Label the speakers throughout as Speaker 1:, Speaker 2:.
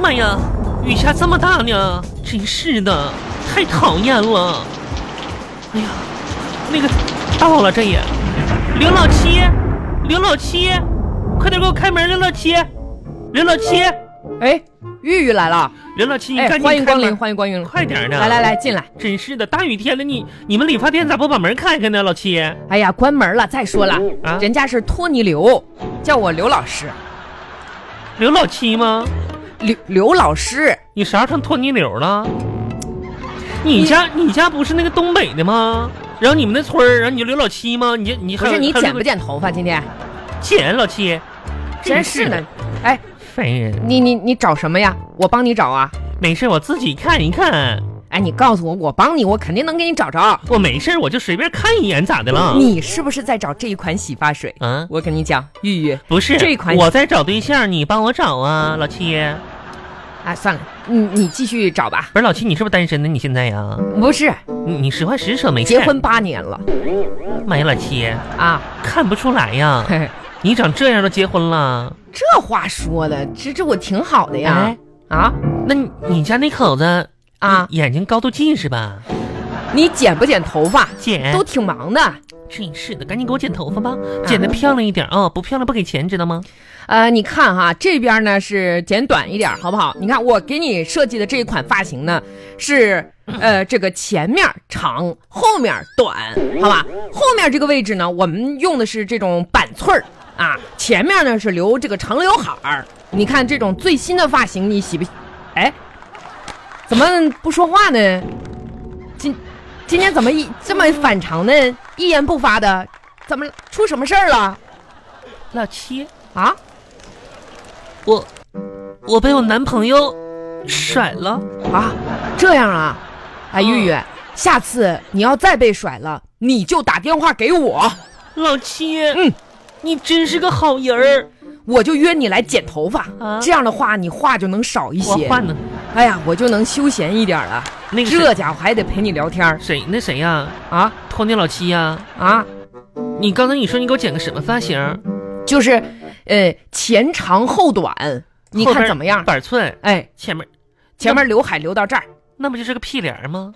Speaker 1: 妈呀，雨下这么大呢，真是的，太讨厌了。哎呀，那个到了，这也，刘老七，刘老七，快点给我开门，刘老七，刘老七，
Speaker 2: 哎，玉玉来了，
Speaker 1: 刘老七，你
Speaker 2: 哎
Speaker 1: 赶，紧
Speaker 2: 欢迎
Speaker 1: 开
Speaker 2: 光临，
Speaker 1: 门，
Speaker 2: 欢迎光临，
Speaker 1: 快点的，
Speaker 2: 来来，来，进来。
Speaker 1: 真是的，大雨天的，你你们理发店咋不把门开开呢，老七？
Speaker 2: 哎呀，关门了。再说了，
Speaker 1: 啊
Speaker 2: 人家是托尼刘，叫我刘老师，
Speaker 1: 刘老七吗？
Speaker 2: 刘刘老师。
Speaker 1: 你啥时候成托泥流了？你家你家不是那个东北的吗？然后你们那村儿，然后你就刘老七吗？你你
Speaker 2: 不
Speaker 1: 还有
Speaker 2: 是你
Speaker 1: 还有那
Speaker 2: 剪不
Speaker 1: 个
Speaker 2: 剪头发？今天
Speaker 1: 剪老七？
Speaker 2: 真是的，。哎，
Speaker 1: 烦人！
Speaker 2: 你你你找什么呀？我帮你找啊。
Speaker 1: 没事，我自己看一看。
Speaker 2: 哎，你告诉我，我帮你，我肯定能给你找着。
Speaker 1: 我没事，我就随便看一眼，咋的了？
Speaker 2: 你是不是在找这一款洗发水？
Speaker 1: 啊，
Speaker 2: 我跟你讲，玉玉，
Speaker 1: 不是
Speaker 2: 这款
Speaker 1: 我在找对象，你帮我找啊，老七。
Speaker 2: 哎，算了，你你继续找吧。
Speaker 1: 不是老七，你是不是单身呢？你现在呀？
Speaker 2: 不是，
Speaker 1: 你你实话实说，没
Speaker 2: 结
Speaker 1: 看
Speaker 2: 婚。八年了
Speaker 1: 妈呀，老七，
Speaker 2: 啊，
Speaker 1: 看不出来呀，
Speaker 2: 嘿嘿
Speaker 1: 你长这样都结婚了。
Speaker 2: 这话说的，这这我挺好的呀
Speaker 1: 哎。
Speaker 2: 啊
Speaker 1: 那你你家那口子
Speaker 2: 啊，
Speaker 1: 眼睛高度近视吧？
Speaker 2: 你剪不剪头发？
Speaker 1: 姐，
Speaker 2: 都挺忙的。
Speaker 1: 真是的，赶紧给我剪头发吧，剪得漂亮一点啊、不漂亮不给钱，知道吗？
Speaker 2: 呃，你看哈，这边呢是剪短一点儿，好不好？你看我给你设计的这一款发型呢，是呃这个前面长，后面短，好吧？后面这个位置呢，我们用的是这种板寸儿啊，前面呢是留这个长刘海儿。你看这种最新的发型，你喜不喜？哎，怎么不说话呢？今今天怎么一这么反常呢？一言不发的，怎么了出什么事儿了
Speaker 1: 老七，
Speaker 2: 啊？
Speaker 1: 我我被我男朋友甩了，
Speaker 2: 啊，这样啊，哎，
Speaker 1: 嗯
Speaker 2: 玉玉，下次你要再被甩了，你就打电话给我，
Speaker 1: 老七，
Speaker 2: 嗯，
Speaker 1: 你真是个好人儿，
Speaker 2: 我就约你来剪头发。
Speaker 1: 啊
Speaker 2: 这样的话，你话就能少一
Speaker 1: 我
Speaker 2: 些。
Speaker 1: 换呢，
Speaker 2: 哎呀，我就能休闲一点了。
Speaker 1: 那个
Speaker 2: 这
Speaker 1: 谁
Speaker 2: 家伙还得陪你聊天儿
Speaker 1: 谁那谁呀、
Speaker 2: 啊
Speaker 1: 托尼老七呀、
Speaker 2: 啊，
Speaker 1: 你刚才你说你给我剪个什么发型？
Speaker 2: 就是，呃，前长后短，你
Speaker 1: 后
Speaker 2: 看
Speaker 1: 边
Speaker 2: 怎么样？
Speaker 1: 板寸，
Speaker 2: 哎，
Speaker 1: 前面
Speaker 2: 前面刘海留到这儿，
Speaker 1: 那不就是个屁帘儿吗？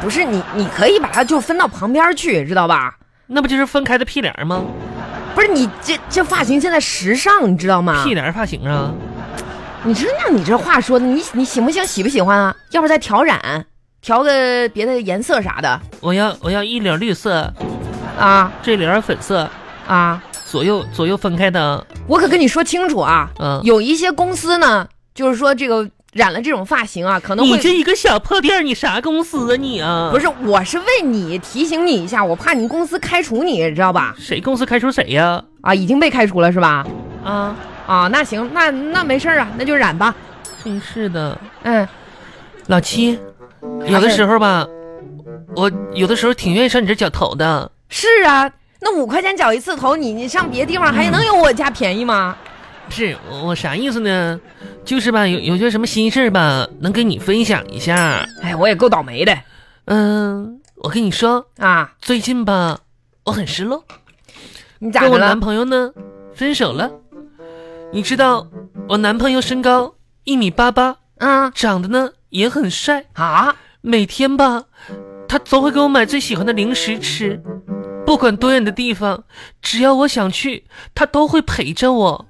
Speaker 2: 不是你，你可以把它就分到旁边儿去，知道吧？
Speaker 1: 那不就是分开的屁帘儿吗？
Speaker 2: 不是你这这发型现在时尚，你知道吗？
Speaker 1: 屁帘儿发型啊？
Speaker 2: 你这那你这话说的，你你喜不喜欢喜不喜欢啊？要不再调染，调个别的颜色啥的
Speaker 1: 我要我要一绺绿色，
Speaker 2: 啊
Speaker 1: 这绺儿粉色，
Speaker 2: 啊！
Speaker 1: 左右左右分开的，
Speaker 2: 我可跟你说清楚啊，
Speaker 1: 嗯、
Speaker 2: 有一些公司呢，就是说这个染了这种发型啊，可能
Speaker 1: 你
Speaker 2: 会
Speaker 1: 这一个小破店儿，你啥公司啊你啊？
Speaker 2: 不
Speaker 1: 是
Speaker 2: 是，我是为你提醒你一下，我怕你公司开除你，知道吧？
Speaker 1: 谁公司开除谁呀、
Speaker 2: 啊，已经被开除了是吧？
Speaker 1: 啊？
Speaker 2: 啊，那行，那那没事儿啊，那就染吧。
Speaker 1: 真是的，
Speaker 2: 嗯，
Speaker 1: 老七，有的时候吧，我有的时候挺愿意上你这儿绞头的。
Speaker 2: 是啊，那五块钱绞一次头，你你上别地方还能有我家便宜吗？
Speaker 1: 不是我我啥意思呢？就是吧，有有些什么心事儿吧，能跟你分享一下。
Speaker 2: 哎，我也够倒霉的
Speaker 1: 嗯，我跟你说，
Speaker 2: 啊！
Speaker 1: 最近吧，我很失落，
Speaker 2: 你咋
Speaker 1: 跟
Speaker 2: 的
Speaker 1: 我
Speaker 2: 了
Speaker 1: 男？朋友呢分手了。你知道我男朋友身高一米八八，
Speaker 2: 嗯
Speaker 1: 长得呢也很帅，
Speaker 2: 啊，
Speaker 1: 每天吧，他总会给我买最喜欢的零食吃，不管多远的地方，只要我想去，他都会陪着我。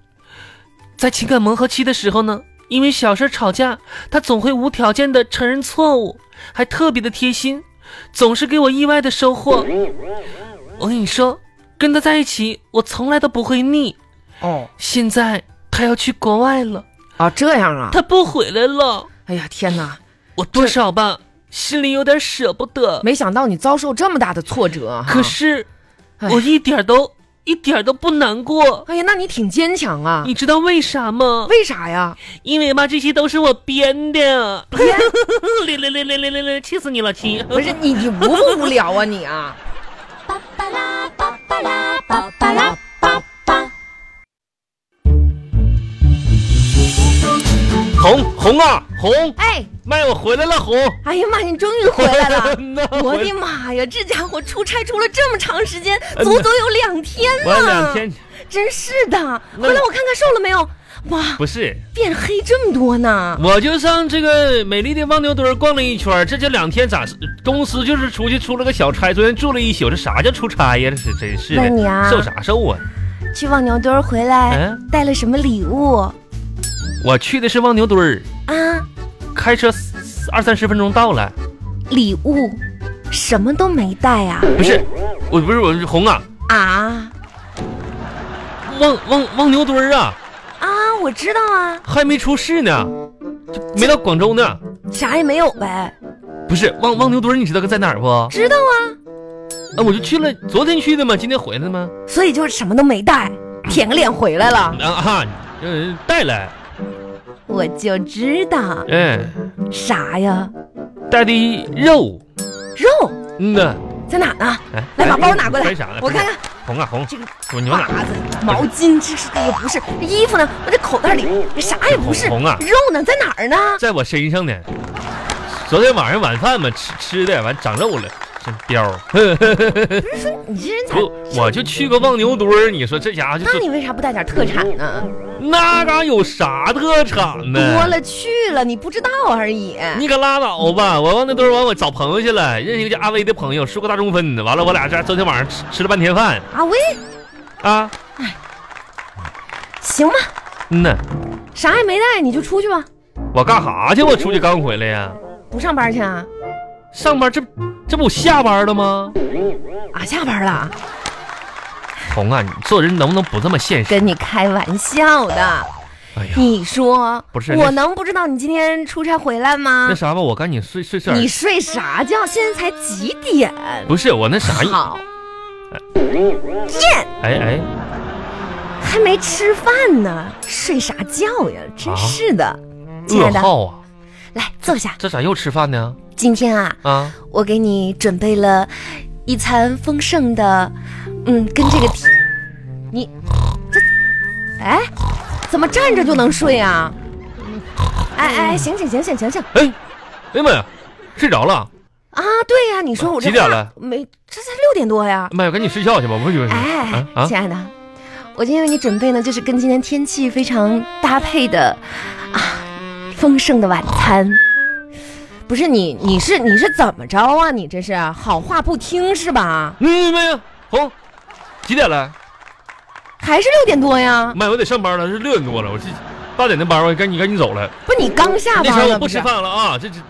Speaker 1: 在情感磨合期的时候呢，因为小事吵架，他总会无条件的承认错误，还特别的贴心，总是给我意外的收获。我跟你说，跟他在一起，我从来都不会腻。
Speaker 2: 哦
Speaker 1: 现在他要去国外了，
Speaker 2: 哦，这样啊！
Speaker 1: 他不回来了，
Speaker 2: 哎呀，天哪，
Speaker 1: 我多少吧，心里有点舍不得。
Speaker 2: 没想到你遭受这么大的挫折啊哈
Speaker 1: 可，是
Speaker 2: 哎
Speaker 1: 我一点都一点都不难过，
Speaker 2: 哎呀，那你挺坚强啊！
Speaker 1: 你知道为啥吗？
Speaker 2: 为啥呀？
Speaker 1: 因为吧，这些都是我编的。 来来来来来来来，气死你老七！
Speaker 2: 不是你，你无不无聊啊你啊！
Speaker 3: 巴巴拉巴巴拉巴巴拉巴巴。
Speaker 1: 红红啊红，
Speaker 2: 哎，
Speaker 1: 麦我回来了红。
Speaker 2: 哎呀妈，你终于回来
Speaker 1: 那
Speaker 2: 了！我
Speaker 1: 回
Speaker 2: 的妈呀，这家伙出差出了这么长时间，
Speaker 1: 嗯
Speaker 2: 呃足足有两天呢！
Speaker 1: 我两天，
Speaker 2: 真是的。
Speaker 1: 那
Speaker 2: 回来我看看瘦了没有？
Speaker 1: 哇，
Speaker 4: 不是，
Speaker 1: 变黑这么多呢？
Speaker 4: 我就上这个美丽的望牛墩儿逛了一圈儿，这这两天咋是公司就是出去出了个小差，昨天住了一宿，这啥叫出差呀？这是真是
Speaker 2: 问
Speaker 4: 的，
Speaker 2: 你啊，哎
Speaker 4: 受啥受啊？
Speaker 2: 去望牛墩儿回来
Speaker 4: 嗯
Speaker 2: 带了什么礼物啊？
Speaker 4: 我去的是望牛墩儿，开车二三十分钟到了。
Speaker 2: 礼物什么都没带啊
Speaker 4: 不是，我不是我是红啊，
Speaker 2: 啊
Speaker 4: 望望望牛墩儿啊，
Speaker 2: 啊！我知道啊，
Speaker 4: 还没出市呢，就没到广州呢。
Speaker 2: 啥也没有呗，
Speaker 4: 不是望望牛墩儿，你知道个在哪儿不？啊，
Speaker 2: 知道啊，
Speaker 4: 我就去了，昨天去的嘛，今天回来的嘛。
Speaker 2: 所以就是什么都没带，舔个脸回来了。
Speaker 4: 啊哈，嗯、带了，
Speaker 2: 我就知道
Speaker 4: 嗯，
Speaker 2: 啥呀，
Speaker 4: 带的肉，
Speaker 2: 肉
Speaker 4: 嗯呐，
Speaker 2: 在哪呢？
Speaker 4: 哎，
Speaker 2: 来把包拿过
Speaker 4: 干
Speaker 2: 来
Speaker 4: 啥呢，
Speaker 2: 我看看
Speaker 4: 红啊红，
Speaker 2: 这个
Speaker 4: 我牛
Speaker 2: 袜
Speaker 4: 奶
Speaker 2: 子、毛巾，这是这也不是，这衣服呢？我这口袋里这啥也不是，
Speaker 4: 红红啊
Speaker 2: 肉呢？在哪儿呢？
Speaker 4: 在我身上呢。昨天晚上晚饭嘛，吃吃的完长肉了，真彪。
Speaker 2: 你这人咋？
Speaker 4: 不， 我就去个望牛墩儿，你说这家伙就
Speaker 2: 那
Speaker 4: 是
Speaker 2: 你为啥不带点特产呢？
Speaker 4: 那嘎有啥特产呢？
Speaker 1: 多
Speaker 2: 了去了，你不知道而已。啊
Speaker 4: 你可拉倒吧！我往那堆儿完，我找朋友去了，认识一个叫阿威的朋友，是个大中分的。完了，我俩这昨天晚上吃吃了半天饭
Speaker 2: 啊喂，
Speaker 4: 啊。
Speaker 2: 行吧，
Speaker 4: 嗯呐，
Speaker 2: 啥也没带，你就出去吧，
Speaker 4: 我干哈去？我出去刚回来呀、
Speaker 2: 不上班去啊？
Speaker 4: 上班这这不我下班了吗？
Speaker 2: 啊，下班了，
Speaker 4: 红啊，你做人能不能不这么现实？
Speaker 2: 跟你开玩笑的。
Speaker 4: 哎呀，
Speaker 2: 你说
Speaker 4: 不是
Speaker 2: 我
Speaker 4: 那
Speaker 2: 能不知道你今天出差回来
Speaker 4: 那
Speaker 2: 吗？
Speaker 4: 啥吧，我赶紧睡睡睡。
Speaker 2: 你睡啥觉？现在才几点？
Speaker 4: 不是我那啥意，
Speaker 2: 好，
Speaker 4: 哎哎，
Speaker 2: 还没吃饭呢，睡啥觉呀？真是的，亲爱
Speaker 4: 啊噩
Speaker 2: 的，
Speaker 4: 耗啊！
Speaker 2: 来坐下。
Speaker 4: 这咋又吃饭呢？
Speaker 2: 今天啊，
Speaker 4: 啊，
Speaker 2: 我给你准备了一餐丰盛的，嗯，跟这个题，你这，哎，怎么站着就能睡啊？哎哎，醒醒醒醒醒醒
Speaker 4: 哎，哎呀妈呀，睡着了！
Speaker 2: 啊！对呀、你说我这
Speaker 4: 几点
Speaker 2: 话
Speaker 4: 了？
Speaker 2: 没，这才六点多呀。
Speaker 4: 妈呀，赶紧睡觉去吧！我不是
Speaker 2: 哎
Speaker 4: 啊，啊
Speaker 2: 亲爱的，我今天为你准备呢，就是跟今天天气非常搭配的啊，丰盛的晚餐。
Speaker 1: 不是你，你是你是怎么着啊？你这是好话不听是吧？
Speaker 4: 嗯，妈呀，红，几点了？
Speaker 1: 还是六点多呀？
Speaker 4: 妈，我得上班了，是六点多了，我这八点的班，我赶紧赶紧走了。
Speaker 1: 不是你刚下
Speaker 4: 那啥，
Speaker 1: 班
Speaker 4: 我
Speaker 1: 了
Speaker 4: 不
Speaker 1: 不
Speaker 4: 吃
Speaker 1: 是？
Speaker 4: 饭了啊！这这，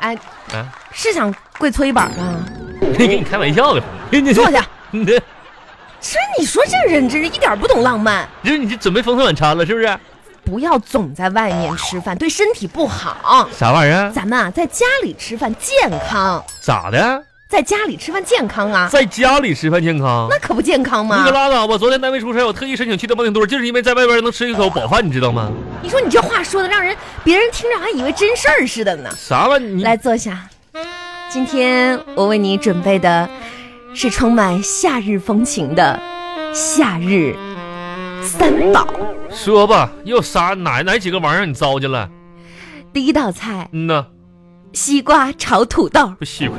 Speaker 1: 哎
Speaker 4: 啊，
Speaker 1: 是想跪搓衣板啊？
Speaker 4: 你跟你开玩笑的，你
Speaker 1: 坐下。
Speaker 4: 你这
Speaker 1: 这你说这人真是一点不懂浪漫，
Speaker 4: 就是你这准备丰盛晚餐了是不是？
Speaker 1: 不要总在外面吃饭，对身体不好。
Speaker 4: 啥玩意儿？
Speaker 1: 咱们啊，在家里吃饭健康，
Speaker 4: 咋的？
Speaker 1: 在家里吃饭健康啊，
Speaker 4: 在家里吃饭健康？
Speaker 1: 那可不健康
Speaker 4: 你
Speaker 2: 啊
Speaker 1: 吗
Speaker 4: 可？拉倒吧！昨天单位出差，我特意申请去的望牛墩，就是因为在外边能吃一口饱饭，你知道吗？
Speaker 1: 你说你这话说的，让人别人听着还以为真事儿似的呢。
Speaker 4: 啥玩意儿？你
Speaker 2: 来坐下。今天我为你准备的是充满夏日风情的夏日三宝。
Speaker 4: 说吧，又啥哪哪几个玩意儿让你糟践了？
Speaker 2: 第一道菜，
Speaker 4: 嗯呐，
Speaker 2: 西瓜炒土豆。
Speaker 4: 不喜欢。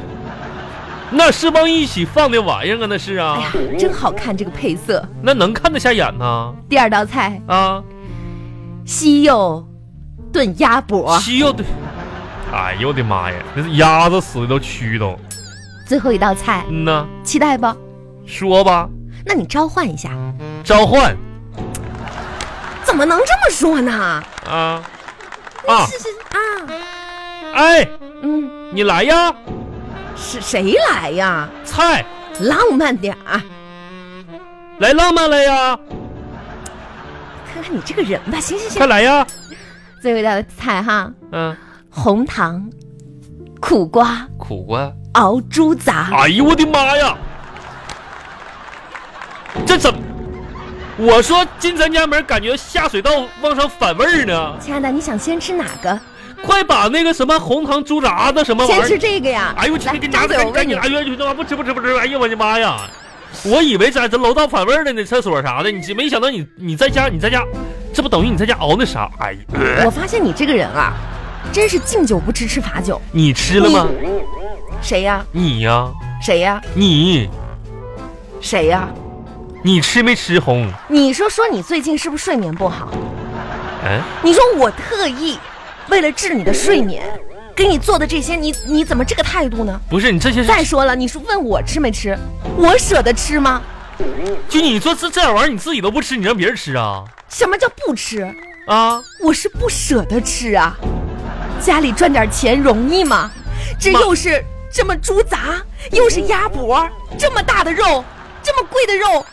Speaker 4: 那是往一起放的玩意儿啊，那是
Speaker 2: 哎
Speaker 4: 啊
Speaker 2: 呀，，真好看这个配色。
Speaker 4: 那能看得下眼呐
Speaker 2: 第二道菜，
Speaker 4: 啊！
Speaker 2: 西柚炖鸭脖。
Speaker 4: 西柚对，哎呦我的妈呀，那是鸭子死的都蛆都。
Speaker 2: 最后一道菜，
Speaker 4: 嗯呐，
Speaker 2: 期待不？
Speaker 4: 说吧，
Speaker 2: 那你召唤一下，
Speaker 4: 召唤
Speaker 2: 怎么能这么说呢？
Speaker 4: 啊啊！
Speaker 2: 是啊，
Speaker 4: 哎，
Speaker 2: 嗯，
Speaker 4: 你来呀，
Speaker 1: 是谁来呀？
Speaker 4: 菜
Speaker 1: 浪漫点儿，
Speaker 2: 啊
Speaker 4: 来浪漫来呀，
Speaker 2: 看看你这个人吧。行行行，
Speaker 4: 快来呀！
Speaker 2: 最后一道菜哈，
Speaker 4: 嗯、
Speaker 2: 红糖、苦瓜
Speaker 4: 苦瓜。
Speaker 2: 熬猪杂。
Speaker 4: 哎呦我的妈呀！这怎么？我说进咱家门，感觉下水道往上反味儿呢。
Speaker 2: 亲爱的，你想先吃哪个？
Speaker 4: 快把那个什么红糖猪杂子什么玩意
Speaker 2: 先
Speaker 4: 儿
Speaker 2: 吃这个呀。
Speaker 4: 哎呦我去，
Speaker 2: 来
Speaker 4: 你
Speaker 2: 张
Speaker 4: 拿
Speaker 2: 嘴
Speaker 4: 着
Speaker 2: 我
Speaker 4: 赶
Speaker 2: 喂
Speaker 4: 赶
Speaker 2: 你
Speaker 4: 紧！哎呦，这他妈不吃不吃不吃！哎呦我的妈呀！我以为在这楼道反味儿的呢，厕所啥的，你这没想到你你在家你在家，这不等于你在家熬那啥？哎呀，
Speaker 1: 我发现你这个人啊，真是敬酒不吃吃罚酒。
Speaker 4: 你吃了吗？
Speaker 1: 谁呀？
Speaker 4: 你呀、
Speaker 1: 谁呀？
Speaker 4: 你
Speaker 1: 谁呀？
Speaker 4: 你吃没吃红？
Speaker 1: 你说说你最近是不是睡眠不好？
Speaker 4: 哎，
Speaker 2: 你说我特意为了治你的睡眠，给你做的这些，你你怎么这个态度呢？
Speaker 4: 不是你这些是
Speaker 2: 再说了，你是问我吃没吃，我舍得吃吗？
Speaker 4: 就你说这这点玩意儿你自己都不吃，你让别人吃啊？
Speaker 2: 什么叫不吃？
Speaker 4: 啊，
Speaker 2: 我是不舍得吃啊。家里赚点钱容易吗？这
Speaker 4: 妈
Speaker 2: 又是这么猪杂，又是鸭脖，这么大的肉，这么贵的肉，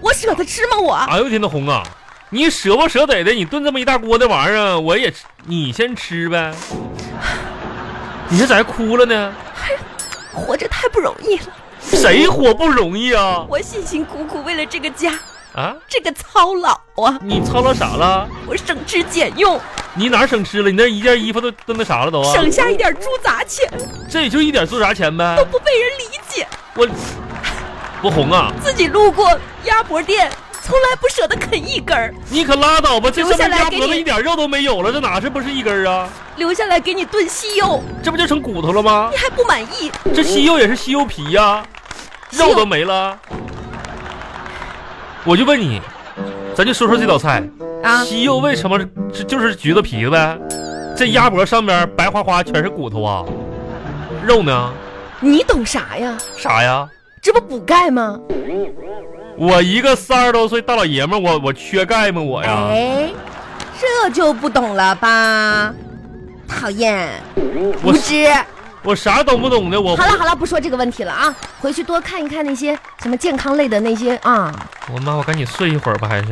Speaker 2: 我舍得吃吗？我、
Speaker 4: 哎呦我天呐，红啊，你舍不舍得的？你炖这么一大锅的玩意儿，啊我也吃你先吃呗。你这咋还哭了呢？
Speaker 2: 活着太不容易了，
Speaker 4: 谁活不容易啊？
Speaker 2: 我辛辛苦苦为了这个家，
Speaker 4: 啊，
Speaker 2: 这个操劳啊，
Speaker 4: 你操劳啥了？
Speaker 2: 我省吃俭用，
Speaker 4: 你哪儿省吃了？你那一件衣服都都那啥了都啊？
Speaker 2: 省下一点猪杂钱
Speaker 4: 这也就一点做啥钱呗
Speaker 2: 都？不被人理解，
Speaker 4: 我不红啊，
Speaker 2: 自己路过鸭脖店，从来不舍得啃一根儿，
Speaker 4: 你可拉倒吧！这
Speaker 2: 留
Speaker 4: 上
Speaker 2: 下
Speaker 4: 面
Speaker 2: 来
Speaker 4: 鸭
Speaker 2: 给
Speaker 4: 脖子
Speaker 2: 你
Speaker 4: 一点肉都没有了，这哪是不是一根儿啊？
Speaker 2: 留下来给你炖西柚，
Speaker 4: 这不就成骨头了吗
Speaker 2: 你？还不满意？
Speaker 4: 这西柚也是西柚皮呀、
Speaker 2: 西柚
Speaker 4: 肉都没了。我就问你，咱就说说这道菜，
Speaker 1: 啊，
Speaker 4: 西柚为什么是就是橘子皮呗？这鸭脖上面白花花全是骨头啊，肉呢？
Speaker 2: 你懂啥呀？
Speaker 4: 啥呀？
Speaker 2: 这不补钙吗？
Speaker 4: 我一个三十多岁大老爷们儿，我我缺钙吗？我呀，
Speaker 2: 哎，这就不懂了吧？讨厌，
Speaker 4: 我
Speaker 2: 无知。
Speaker 4: 我啥懂不懂的？我
Speaker 2: 好了好了，不说这个问题了啊，回去多看一看那些什么健康类的那些啊。
Speaker 4: 我妈，我赶紧睡一会儿吧，还是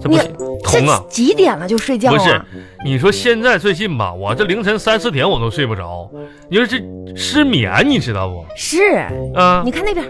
Speaker 4: 这不
Speaker 2: 你
Speaker 4: 行，红啊！
Speaker 2: 这几点了就睡觉啊？
Speaker 4: 不是，你说现在最近吧，我这凌晨三四点我都睡不着，你说这失眠，你知道不？
Speaker 2: 是，
Speaker 4: 啊
Speaker 2: 你，看那边，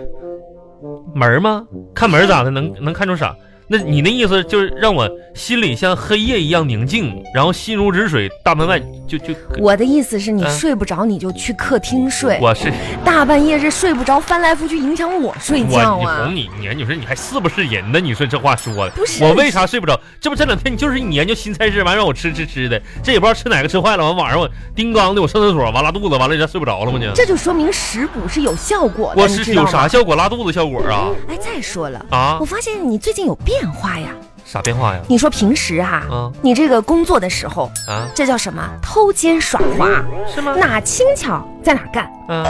Speaker 4: 门儿吗？看门儿咋的？能能看出啥？那你那意思就是让我心里像黑夜一样宁静，然后心如止水，大门外就就
Speaker 2: 我的意思是你
Speaker 4: 嗯
Speaker 2: 睡不着你就去客厅睡，
Speaker 4: 我是
Speaker 2: 大半夜这睡不着翻来覆去影响我睡觉
Speaker 4: 我你
Speaker 2: 啊
Speaker 4: 哄。你你你说你还是不是人呢？你说这话说的，
Speaker 2: 不是
Speaker 4: 我为啥睡不着？这不这两天你就是你研究新菜式，完让我吃吃吃的，这也不知道吃哪个吃坏了，完晚上我叮当的我上厕所，完拉肚子，完了人家睡不着了吗？你
Speaker 2: 这就说明食补是有效果的，
Speaker 4: 我
Speaker 2: 你
Speaker 4: 是
Speaker 2: 知道
Speaker 4: 有
Speaker 2: 吗
Speaker 4: 啥？效果拉肚子效果啊
Speaker 2: 哎，再说了，
Speaker 4: 啊
Speaker 2: 我？发现你最近有变化呀。
Speaker 4: 啥变化呀？
Speaker 2: 你说平时哈、
Speaker 4: 啊
Speaker 2: 你这个工作的时候，
Speaker 4: 啊
Speaker 2: 这叫什么？偷奸耍滑，
Speaker 4: 是吗？
Speaker 2: 哪轻巧在哪干。
Speaker 4: 嗯、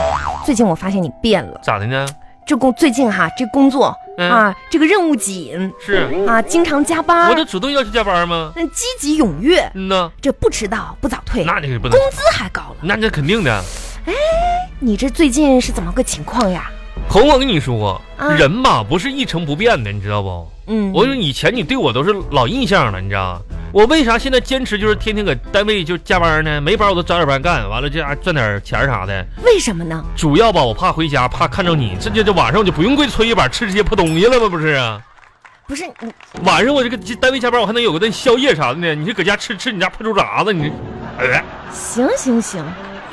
Speaker 2: 最近我发现你变了，
Speaker 4: 咋的呢？
Speaker 2: 这工最近哈、这工作、
Speaker 4: 嗯
Speaker 2: 啊，这个任务紧
Speaker 4: 是
Speaker 2: 啊，经常加
Speaker 4: 我
Speaker 2: 班
Speaker 4: 这，主动要求加班吗？
Speaker 2: 那积极踊跃，
Speaker 4: 嗯呐，
Speaker 2: 这不迟到不早退，
Speaker 4: 那你可不能
Speaker 2: 工，资还高了。
Speaker 4: 那这肯定的。
Speaker 2: 你这最近是怎么个情况呀？
Speaker 4: 红，我跟你说，
Speaker 2: 啊
Speaker 4: 人吧不是一成不变的，你知道不？
Speaker 2: 嗯，
Speaker 4: 我说以前你对我都是老印象了，你知道？我为啥现在坚持就是天天搁单位就加班呢？没班我都早点班干，完了这家赚点钱啥的。
Speaker 2: 为什么呢？
Speaker 4: 主要吧，我怕回家，怕看着你，这就这晚上我就不用跪搓衣板吃这些破东西了吗？不是啊？
Speaker 2: 不是你
Speaker 4: 晚上我这个单位加班，我还能有个那宵夜啥的呢？你就搁家吃吃你家破猪杂子，你这，哎，
Speaker 2: 行行行，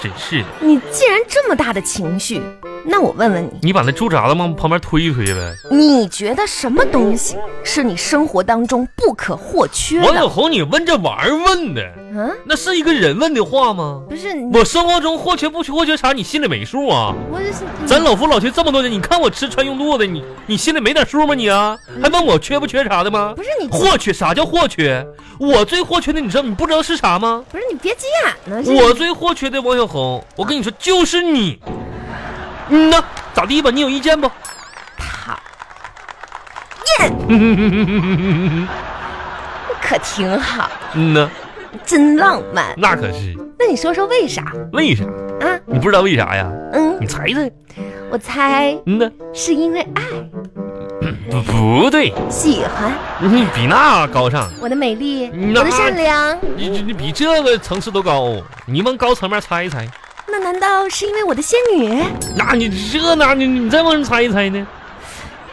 Speaker 4: 真是的，
Speaker 2: 你既然这么大的情绪，那我问问你，
Speaker 4: 你把那猪杂子往旁边推一推呗。
Speaker 2: 你觉得什么东西是你生活当中不可或缺
Speaker 4: 王小
Speaker 2: 的？
Speaker 4: 红，你问这玩意儿问的，
Speaker 2: 嗯、
Speaker 4: 那是一个人问的话吗？
Speaker 2: 不是你，
Speaker 4: 我生活中或缺不缺或缺啥，你心里没数啊？
Speaker 2: 我就是
Speaker 4: 咱老夫老妻这么多年，你看我吃穿用度的，你你心里没点数吗？你啊，还问我缺不缺啥的吗
Speaker 2: 不？是你，
Speaker 4: 或缺啥叫或缺？我最或缺的，你知道你不知道是啥吗？
Speaker 2: 不是你别急眼呢。这
Speaker 4: 我最或缺的王小红，我跟你说就是你。嗯呐，咋地吧？你有意见不？
Speaker 2: 讨厌， 可挺好，
Speaker 4: 嗯呐，
Speaker 2: 真浪漫。
Speaker 4: 那可是
Speaker 2: 那你说说为啥
Speaker 4: 为啥？
Speaker 2: 啊？
Speaker 4: 你不知道为啥呀？
Speaker 2: 嗯，
Speaker 4: 你猜猜？
Speaker 2: 我猜
Speaker 4: 嗯呐，
Speaker 2: 是因为爱，
Speaker 4: 不不对，
Speaker 2: 喜欢
Speaker 4: 你比那高尚，
Speaker 2: 我的美丽，
Speaker 4: 那
Speaker 2: 我的善良。
Speaker 4: 你你你比这个层次都高。你往高层面猜一猜，
Speaker 2: 那难道是因为我的仙女？
Speaker 4: 那你这哪你你再往上猜一猜呢？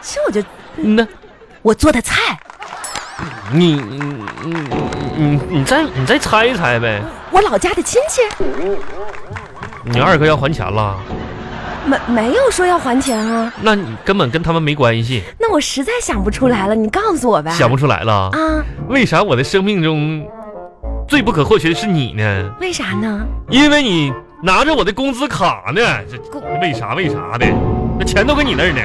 Speaker 2: 其实我就
Speaker 4: 嗯呐。
Speaker 2: 我做的菜，
Speaker 4: 你你你你你再你再猜一猜呗，
Speaker 2: 我老家的亲戚
Speaker 4: 你二哥要还钱了，
Speaker 2: 没没有说要还钱啊。
Speaker 4: 那你根本跟他们没关系，
Speaker 2: 那我实在想不出来了，你告诉我呗。
Speaker 4: 想不出来了。
Speaker 2: 啊？
Speaker 4: 为啥我的生命中最不可或缺的是你呢？
Speaker 2: 为啥呢？
Speaker 4: 因为你拿着我的工资卡呢，这
Speaker 2: 工
Speaker 4: 为啥为啥的，那钱都搁你那儿呢。